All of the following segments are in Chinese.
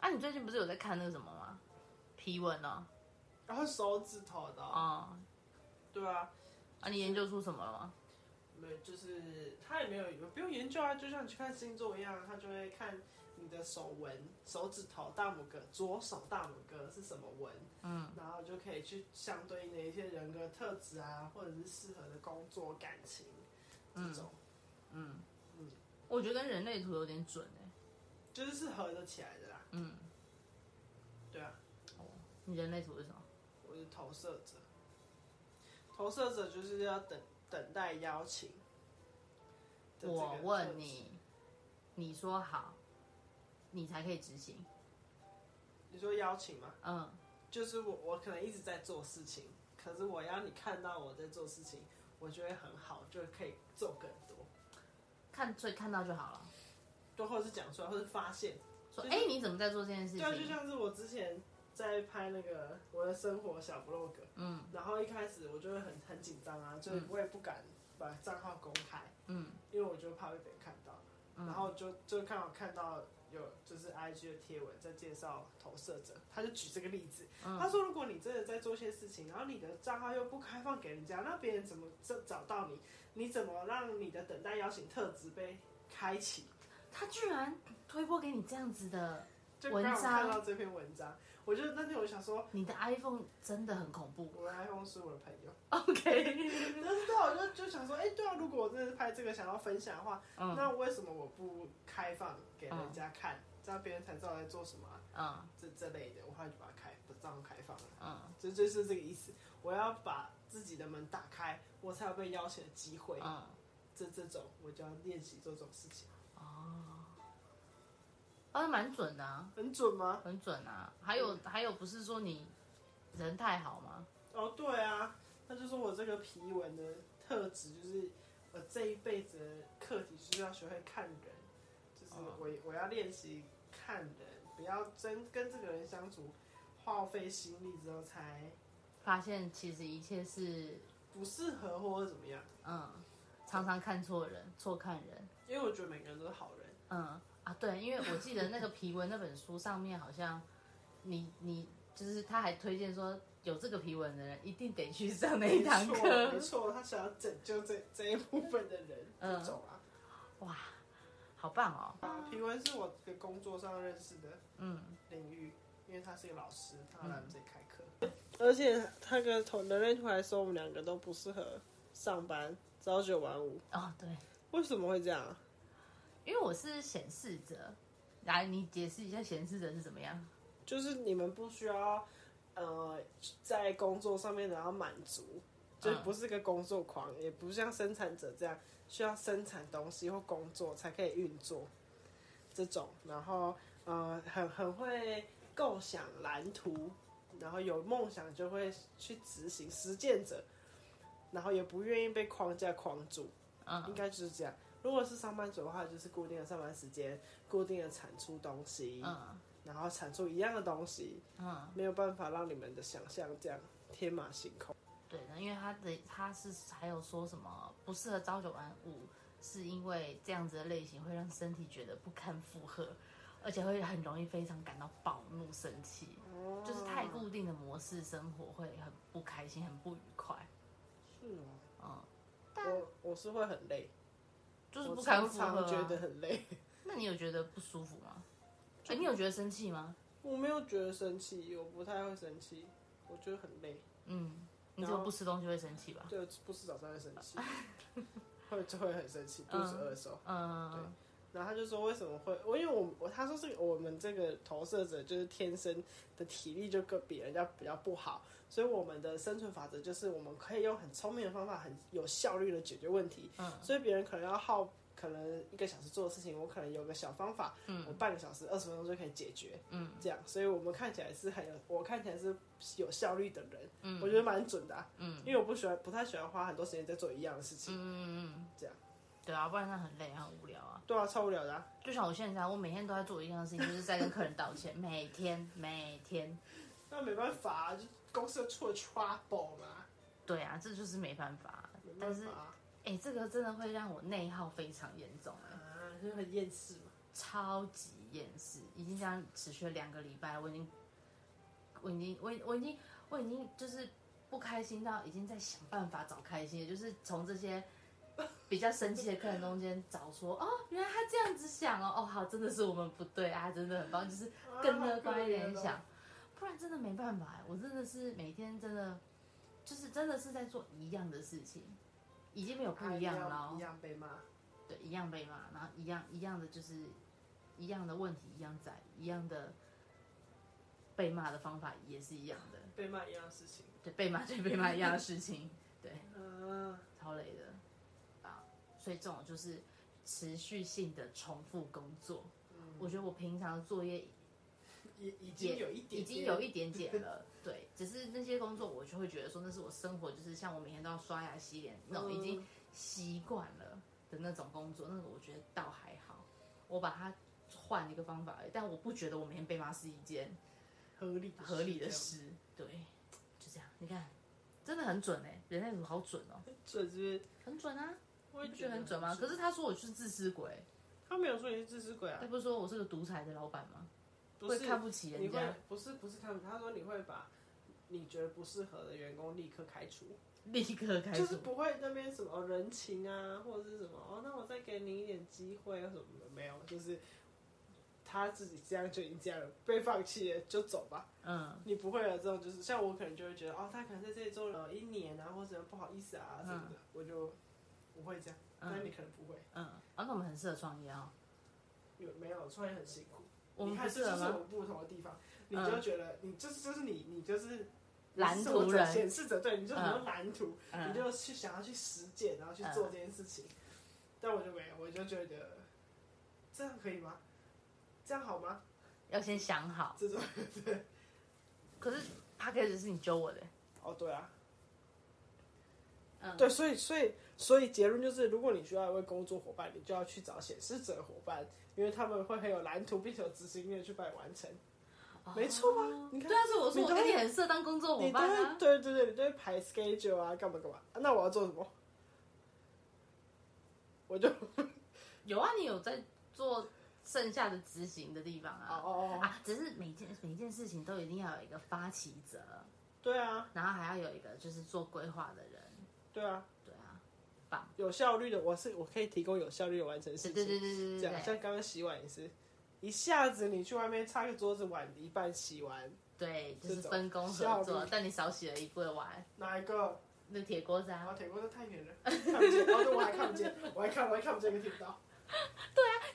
啊你最近不是有在看那个什么吗？皮纹哦，然后手指头的、哦，哦，对啊，啊，你研究出什么了吗？没就是他也没有不用研究啊，就像你去看星座一样，他就会看你的手纹、手指头、大拇哥、左手大拇哥是什么纹，嗯，然后就可以去相对应的一些人格特质啊，或者是适合的工作、感情这种，嗯嗯我觉得跟人类图有点准哎、就是是合得起来的啦。嗯，对啊，你人类图是什么？我是投射者，投射者就是要等等待邀请的这个特质。我问你，你说好，你才可以执行。你说邀请吗？嗯，就是我，我可能一直在做事情，可是我要你看到我在做事情，我就会很好，就可以做更多，看所以看到就好了。就或者是讲出来，或是发现。说就哎、是诶你怎么在做这件事对啊，就情？像是我之前在拍那个我的生活小 vlog，嗯然后一开始我就会很很紧张啊，就是我也不敢把账号公开，嗯因为我就怕被别人看到。嗯然后就就刚好看到有就是 IG 的贴文在介绍投射者，他就举这个例子，嗯他说如果你真的在做些事情，然后你的账号又不开放给人家，那别人怎么这找到你？你怎么让你的等待邀请特质被开启？他居然推播给你这样子的，就刚好文章看到这篇文章，我就那天我想说，你的 iPhone 真的很恐怖。我的 iPhone 是我的朋友， OK， 但是对啊，我就就想说，哎、对啊，如果我真的是拍这个想要分享的话，嗯那为什么我不开放给人家看，这样别人才知道我在做什么啊、嗯这这类的，我后来就把它开不这样开放了，嗯这就是这个意思。我要把自己的门打开，我才有被邀请的机会。嗯，这这种我就要练习做这种事情，哦，啊，蛮准的、啊，很准吗？很准啊。还有还有，不是说你人太好吗？哦，对啊，那就说我这个皮纹的特质就是，我这一辈子的课题就是要学会看人，就是哦我我要练习看人，不要真跟这个人相处，耗费心力之后才发现其实一切是不适合或者怎么样，嗯，常常看错人，错看人。因为我觉得每个人都是好人。嗯啊，对，因为我记得那个皮纹那本书上面好像你你就是他还推荐说有这个皮纹的人一定得去上那一堂课没错没，错，他想要拯救这这一部分的人，嗯这种啊。好棒哦。啊，皮文是我的工作上认识的嗯领域，因为他是一个老师，他来我们这里开课。而且他跟同人类图来说，我们两个都不适合上班，朝九晚五。哦对，为什么会这样？因为我是显示者，来你解释一下显示者是怎么样？就是你们不需要，呃，在工作上面然后满足，就嗯不是个工作狂，也不像生产者这样需要生产东西或工作才可以运作这种，然后呃，很很会构想蓝图，然后有梦想就会去执行，实践者，然后也不愿意被框架框住，应嗯该就是这样。如果是上班族的话，就是固定的上班时间，固定的产出东西，嗯然后产出一样的东西，嗯，没有办法让你们的想象这样天马行空。对的，因为他的他是还有说什么不适合朝九晚五，是因为这样子的类型会让身体觉得不堪负荷，而且会很容易非常感到暴怒、生气，哦就是太固定的模式生活会很不开心、很不愉快，是哦，嗯，我我是会很累，就是我不堪常负荷、啊常。觉得很累。 那你有觉得不舒服吗？哎、你有觉得生气吗？我没有觉得生气，我不太会生气，我觉得很累。嗯，你然只后有不吃东西会生气吧？对，不吃早餐会生 气，会就会很生气，肚子饿的时候。嗯，然后他就说为什么会？我因为我我他说是我们这个投射者就是天生的体力就跟比人家比较不好，所以我们的生存法则就是我们可以用很聪明的方法，很有效率的解决问题。嗯所以别人可能要耗可能一个小时做的事情，我可能有个小方法，我半个小时、二十分钟就可以解决。嗯，这样，所以我们看起来是很有，我看起来是有效率的人，嗯我觉得蛮准的、啊。嗯，因为我不喜欢，不太喜欢花很多时间在做一样的事嗯情。嗯嗯，这样，对啊，不然他很累，很无聊啊。对啊，超无聊的、啊。就像我现在，我每天都在做一样的事情，就是在跟客人道歉，每天每天。那没办法、就公司出了 trouble 嘛，对啊，这就是没办法。没办但是法，啊，哎、这个真的会让我内耗非常严重、哎，就很厌世嘛。超级厌世，已经这样持续了两个礼拜，我已经，我已经，我已我已经，我已经就是不开心到已经在想办法找开心，也就是从这些比较生气的客人中间找说，哦，原来他这样子想哦，哦，好，真的是我们不对啊，真的很棒，就是啊更乐观一 点想，不然真的没办法，欸我真的是每天真的就是真的是在做一样的事情，已经没有不一样了哦一。样被骂。对，一样被骂，然后一样一样的就是一样的问题，一样在一样的被骂的方法也是一样的，被骂一样的事情。对，被骂对被骂一样的事情，对，嗯，超累的啊，所以这种就是持续性的重复工作，我觉得我平常作业已嗯已经有一点点，已经有一点点了，对，只是那些工作我就会觉得说那是我生活，就是像我每天都要刷牙洗脸那嗯种已经习惯了的那种工作，那个我觉得倒还好，我把它换一个方法而已，但我不觉得我每天被骂是一件合理的合理的， 事，对，就这样，你看真的很准哎、人类图好准哦、这样准是很准啊，我你也不觉得很准吗？可是他说我是自私鬼，他没有说你是自私鬼啊他，不是说我是个独裁的老板吗？不会是看不起你人会家，不是不是看不起，他说你会把你觉得不适合的员工立刻开除，立刻开就是除。不会那边什么人情啊，或者是什么哦，那我再给你一点机会啊什么的，没有，就是他自己这样就已经这样了，被放弃了就走吧。嗯，你不会有这种，就是像我可能就会觉得，哦，他可能在这里做了一年啊，或者不好意思啊什么的，我就不会这样。嗯但你可能不会，嗯，啊，那我们很适合创业哦。有没有创业很辛苦？我们你不看，这适就合是我吗？们不同的地方，你嗯就觉得你就是就是你，你就是蓝图你是我者人，显示者，对，你就很多蓝图，你嗯，就去想要去实践，然后去做这件事情。但我就没有，我就觉得这样可以吗？这样好吗？要先想好。这种对，可是 p a c k a g 是你揪我的，哦对啊，嗯，对，所以所以所以结论就是，如果你需要一位工作伙伴，你就要去找显示者伙伴，因为他们会很有蓝图，并且有执行力去帮你完成。没错啊，你看对。啊，所以我说你我都会跟你很适合当工作伙你都伴会啊。对对对，你都会排 schedule 啊，干嘛干嘛、啊那我要做什么？我就哦有啊，你有在做剩下的执行的地方啊。哦哦，啊，只是每件每件事情都一定要有一个发起者，对啊然后还要有一个就是做规划的人，对啊，对啊，有效率的，我是我可以提供有效率的完成事对情。对对对对这对样对像刚刚洗碗也是，一下子你去外面擦个桌子碗一半洗完，对，就这是种分工效合率作，但你少洗了一柜碗，哪一个？那铁锅子啊然，后铁锅都太远了，看不见，哦对，我还看不见，我还看我还看不见，跟听不到。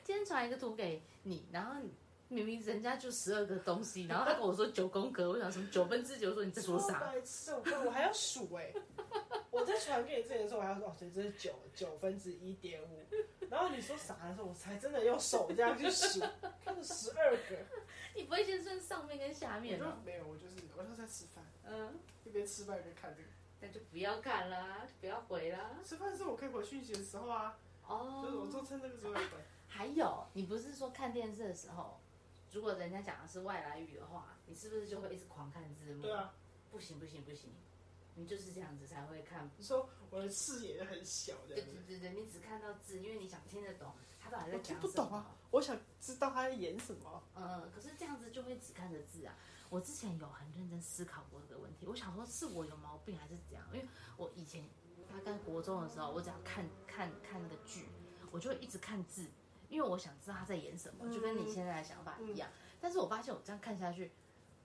今天传一个图给你，然后你明明人家就十二个东西，然后他跟我说九宫格，我想什么九分之九，我说你在说超啥？白痴！我看我还要数哎、我在传给你之前的时候，我还要说哦，对，这是九九分之一点五。然后你说啥的时候，我才真的用手这样去数，看了十二个。你不会先算上面跟下我面就哦？没有，我就是我就在吃饭，嗯，一边吃饭一边看这个。那就不要看啦，不要回啦。吃饭是我可以回讯息的时候啊，就是我哦，就趁这个时候回。还有，你不是说看电视的时候，如果人家讲的是外来语的话，你是不是就会一直狂看字幕？对，啊，不行不行不行，你就是这样子才会看。你说我的视野很小这对样对对子，对，你只看到字，因为你想听得懂他到底在讲我什听么。不懂啊，我想知道他在演什么。呃，可是这样子就会只看着字啊。我之前有很认真思考过这个问题，我想说是我有毛病还是怎样？因为我以前大概国中的时候，我只要看看看那个剧，我就会一直看字，因为我想知道他在演什么，就跟你现在的想法一样。但是我发现我这样看下去，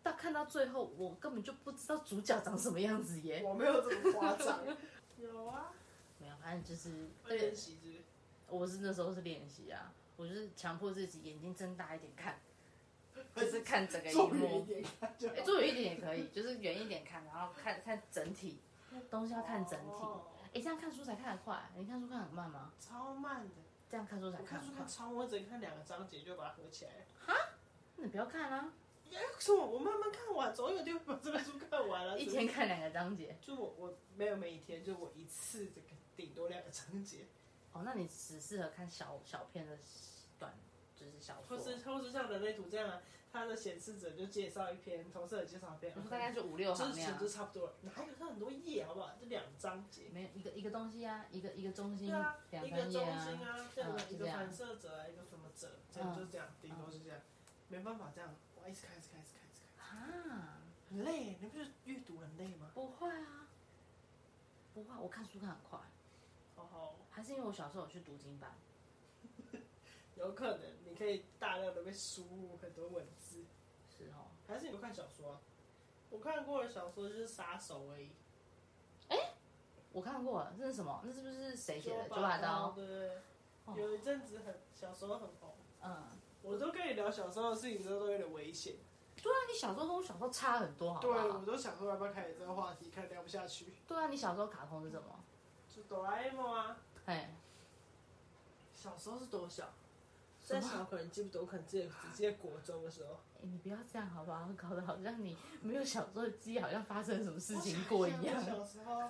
到看到最后，我根本就不知道主角长什么样子耶。我没有这么夸 张。有啊，没有，反正就是会练习是不是我是那时候是练习啊，我就是强迫自己眼睛睁大一点看，就还是看整个坐荧远幕。一点看就好哎、坐远一点也可以，就是远一点看，然后看看整体，东西要看整体。哦哎、这样看书才看得快，你看书看很慢吗？超慢的。这样看书才我看看得书快看。超慢，我只看两个章节就把它合起来。那你不要看啊，什么？我慢慢看完，总有一天会把这本书看完了。一天看两个章节。就我我没有每一天，就我一次这个顶多两个章节。哦，那你只适合看小小片的短，就就是小或说，是或是像人类图这样啊，它的显示者就介绍一篇，投射者介绍一篇，我说大概就五六就行是那其实样就，差不多了，哪有那很多页好不好？就两章节。没有一个一个东西啊，一个一个中心，对啊，两一个三中页心啊，啊，这样嗯的是一这个样嗯反射者啊，一个什么者，这样就是这样，顶多是这样，没办法这样，我一直看，一直看，一直看，一直看，啊，很累。你不是阅读很累吗？不会啊，不会，啊我看书看很快，哦吼，还是因为我小时候有去读经班，有可能你可以大量的被输入很多文字，是哦，还是你不看小说啊？我看过的小说就是杀手而已，我看过，这是什么？那是不是谁写的？九九把刀，对不对？哦有一阵子很小时候很红，嗯。我都跟你聊小时候的事情，之后都有点危险。对啊，你小时候跟我小时候差很多，好不对，好我？都想说要不要开始这个话题，看聊不下去，对啊，你小时候卡通是什么？就哆啦 A 梦啊。哎，小时候是多小？什再么小可能记不得，我可能只只记得国中的时候。哎你不要这样好不好？搞得好像你没有小时候的记忆，好像发生什么事情过一我样。小时候，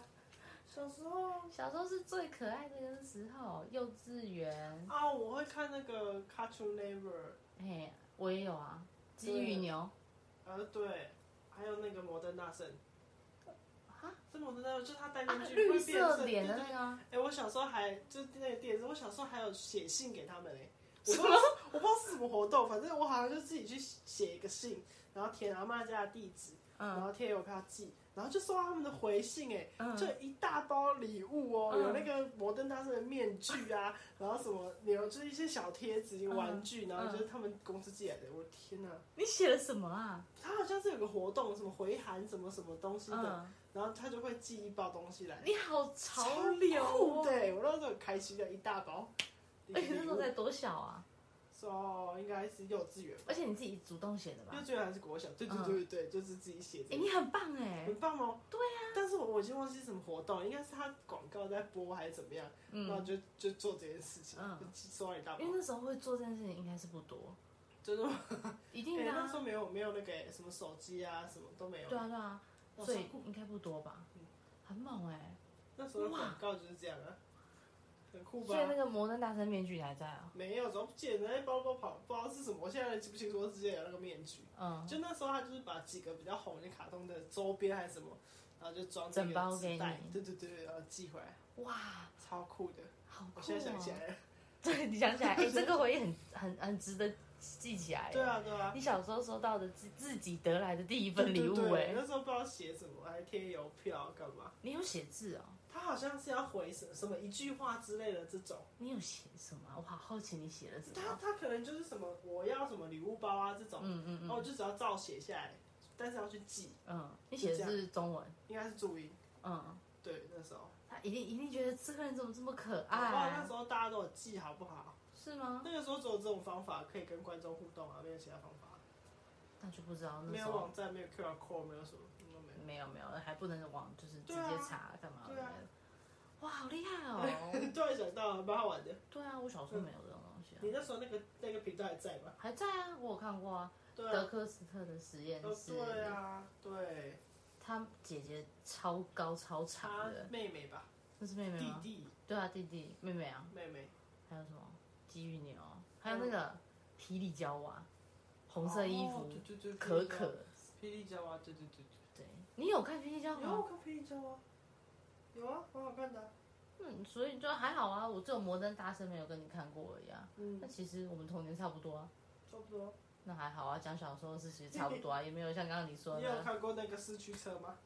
小时候小时候是最可爱的时候，幼稚园，啊，我会看那个《Cartoon Network》，哎，我也有啊，鸡与牛，呃，对，还有那个《摩登大圣》。啊，这摩登大圣就是他带啊进，去绿会变色色脸的对那对个啊，哎、我小时候还就是那个电视，我小时候还有写信给他们嘞、我不知道我不知道是什么活动，反正我好像就自己去写一个信，然后填阿妈家的地址，然嗯后贴邮票寄，然后就收到他们的回信、哎、嗯，就一大包礼物哦，嗯有那个摩登大圣的面具啊，然后什么牛，就是一些小贴纸、嗯玩具，然后就是他们公司寄来的。我的天哪、你写了什么啊？他好像是有个活动，什么回函什么什么东西的，嗯，然后他就会寄一包东西来，你好潮超流酷哦，的、我那时候很开心的一大包。而且那时候才多小啊，说应该是幼稚园吧，而且你自己主动写的吧幼？稚园还是国小？对对嗯对对对，就是自己写哎，的。你啊很棒哎很，棒哦，对呀、但是我我已经忘记是什么活动，应该是他广告在播还是怎么样，嗯然后，就就做这件事情，嗯就收到一大包因为。那时候会做这件事情应该是不多，真的吗？一哎、定的、那啊时候没有没有那个、什么手机啊，什么都没有。对啊，对啊，哇所以超酷应该不多吧嗯，很猛哎、那时候的广告就是这样啊，很酷吧所以？那个摩登大神面具还在啊，没有，总不记得那包包跑，不知道是什么，我现在记不清楚，我只记得有那个面具。嗯，就那时候他就是把几个比较红的卡通的周边还是什么，然后就装这整包个纸袋给，你对对对，然后寄回来，哇，超酷的。好酷、哦！我现在想起，来了，对你想起来， 哎、这个回忆很很很值得记起来。对，啊对啊，你小时候收到的自自己得来的第一份礼物对对，对哎、那时候不知道写什么，还贴邮票干嘛？你有写字哦，他好像是要回什什么一句话之类的这种。你有写什么啊？我好好奇你写了什他么。他可能就是什么我要什么礼物包啊这种，嗯嗯然后我嗯就只要照写下来，但是要去寄，嗯，你写的是中文，应该是注音。嗯，对，那时候，他一定一定觉得这个人怎么这么可哇，那爱时，候大家都有记，好不好？是吗？那个时候只有这种方法可以跟观众互动啊，没有其他方法，那就不知道那没时有候网站，没有 QR code，没有什么，都没有。没有没有，还不能往就是直对啊接查干嘛对的啊。哇，好厉害 哦！突然想到，蛮好玩的。对啊，我小时候没有这种东西、啊你。那时候那个那个频道还在吗？还在啊，我有看过啊，对德啊，克斯特的实验哦室，对啊，对，他姐姐超高超他长的，妹妹吧，那是妹妹啊弟吗？弟对啊，弟弟妹妹啊，妹妹，还有什么鸡与牛，还有那个霹雳娇娃，红色衣啊哦服，对对对，可霹雳娇可，霹雳娇啊，对对对对。对你有看霹雳娇有啊，我娃？看霹雳娇啊，有啊，蛮好看的啊、嗯，所以就还好啊，我只有摩登大圣没有跟你看过而已啊。嗯那，其实我们童年差不多啊，差不多。那还好啊，讲小时候的事其实差不多啊，也没有像刚刚你说你有的看过那个四驱车吗？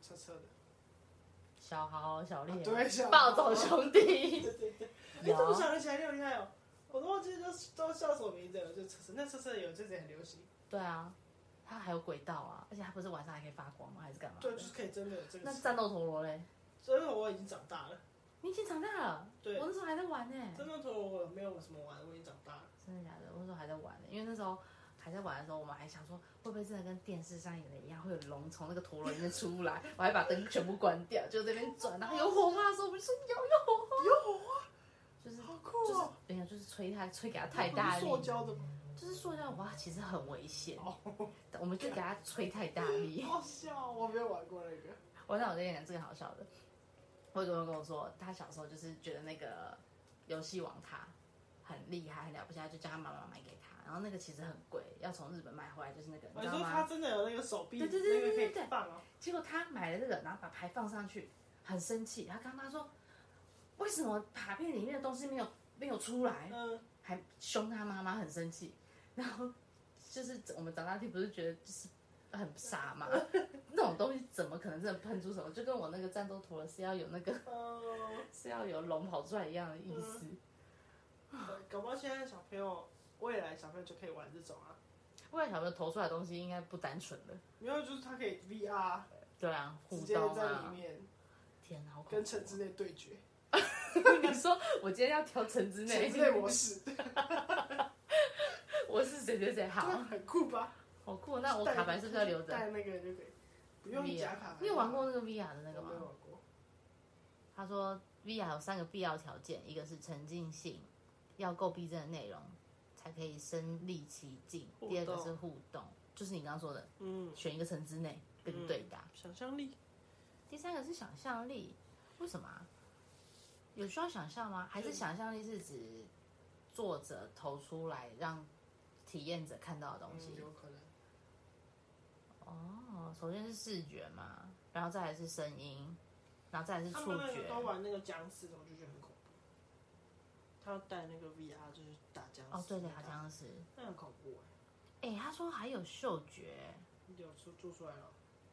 车车的，小豪、啊小烈、对，小暴走兄弟，对对对。哎，有这么想得起来，你好厉害哦！我都忘记都都叫什么名字了，就车车。那车车有阵子很流行，对啊，它还有轨道啊，而且它不是晚上还可以发光吗？还是干嘛的？对，就是可以真的有这个那车。战斗陀螺嘞？真的我已经长大了，你已经长大了，对我那时候还在玩呢、真的陀我没有什么玩，我已经长大了。真的假的？我那时候还在玩呢、因为那时候还在玩的时候，我们还想说会不会真的跟电视上演的一样，会有龙从那个陀螺里面出来，我还把灯全部关掉，就在那边转，然后有火花的时候，我们就说有有火花，有火花，就是好酷就是哦！，等一下就是吹它，吹给它那太不大是力，塑胶的吗？就是塑料花其实很危险，哦，我们就给它吹太大力。 好笑哦，我没有玩过那个。我那我跟你讲这个好笑的，我有个朋友跟我说，他小时候就是觉得那个游戏王他很厉害、很了不起，他就叫他妈妈买给他。然后那个其实很贵，要从日本买回来就是那个，你我知道哦说他吗？真的有那个手臂，对对对对对那个可以放哦。结果他买了这个，然后把牌放上去，很生气。他跟他说：“为什么卡片里面的东西没有没有出来？”嗯，还凶他妈妈，很生气。然后就是我们长大听不是觉得就是很傻嘛， 那种东西怎么可能真的喷出什么？就跟我那个战斗陀螺是要有那个哦，是要有龙跑出来一样的意思。嗯呃搞不好现在小朋友，未来小朋友就可以玩这种啊。未来小朋友投出来的东西应该不单纯的，没有，就是他可以 VR 对啊，直互接动在里啊，面天啊，好恐跟城怖之内对决，啊！你说 我今天要挑城之城内之，内 模式，对，我是谁谁谁，好啊很酷吧？好酷。哦那我卡牌是不是要留着带那个就可以，不用夹？VR，卡牌。你有玩过那个 VR 的那那个没有吗？玩过。他说 VR 有三个必要条件，一个是沉浸性，要够逼真的内容才可以身临其境；互动第二个是互动，就是你刚刚说的，嗯，选一个城之内跟你对答；想象力第三个是想象力，为什么、啊？有需要想象吗？嗯还是想象力是指作者投出来让体验者看到的东西？嗯有可能。哦，首先是视觉嘛，然后再来是声音，然后再来是他触们那个觉。都玩那个僵尸的，我就觉得很恐怖。他要带那个 VR 就是打僵尸。哦，对对，好像是。那很恐怖哎、他说还有嗅觉，哎，有出做出来了。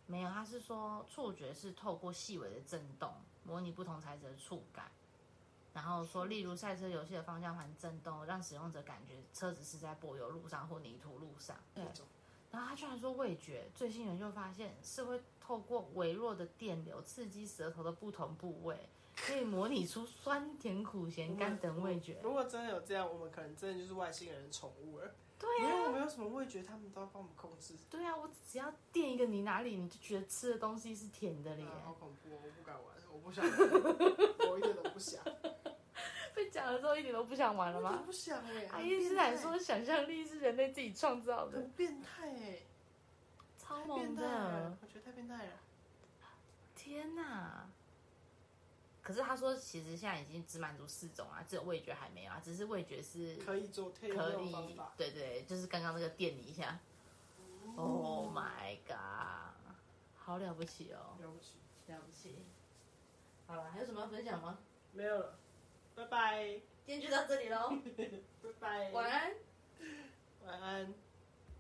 没有，他是说触觉是透过细微的震动模拟不同材质的触感，然后说例如赛车游戏的方向盘震动，让使用者感觉车子是在柏油路上或泥土路上。那种然后他居然说味觉，最新研究发现是会透过微弱的电流刺激舌头的不同部位，可以模拟出酸甜苦咸甘等味觉。如果真的有这样，我们可能真的就是外星人的宠物了。对因啊，为我们有什么味觉，他们都要帮我们控制。对啊，我只要电一个你哪里，你就觉得吃的东西是甜的了耶。啊好恐怖、哦！我不敢玩，我不想玩，我一点都 不想， 被讲了之后一点都不想玩我了一点吗都？不想哎、阿很伊斯变坦态说，想象力是人类自己创造的，很变态哎、超太变猛态啊了的，，我觉得太变态了。天哪！可是他说，其实现在已经只满足四种啊，只有味觉还没有啊，只是味觉是可以做，可以可用以方法，。对对，就是刚刚那个电你一下，Oh my god，好了不起哦，了不起，了不起。好了，还有什么要分享吗？没有了，拜拜， 今天就到这里喽，拜拜，晚安。晚安。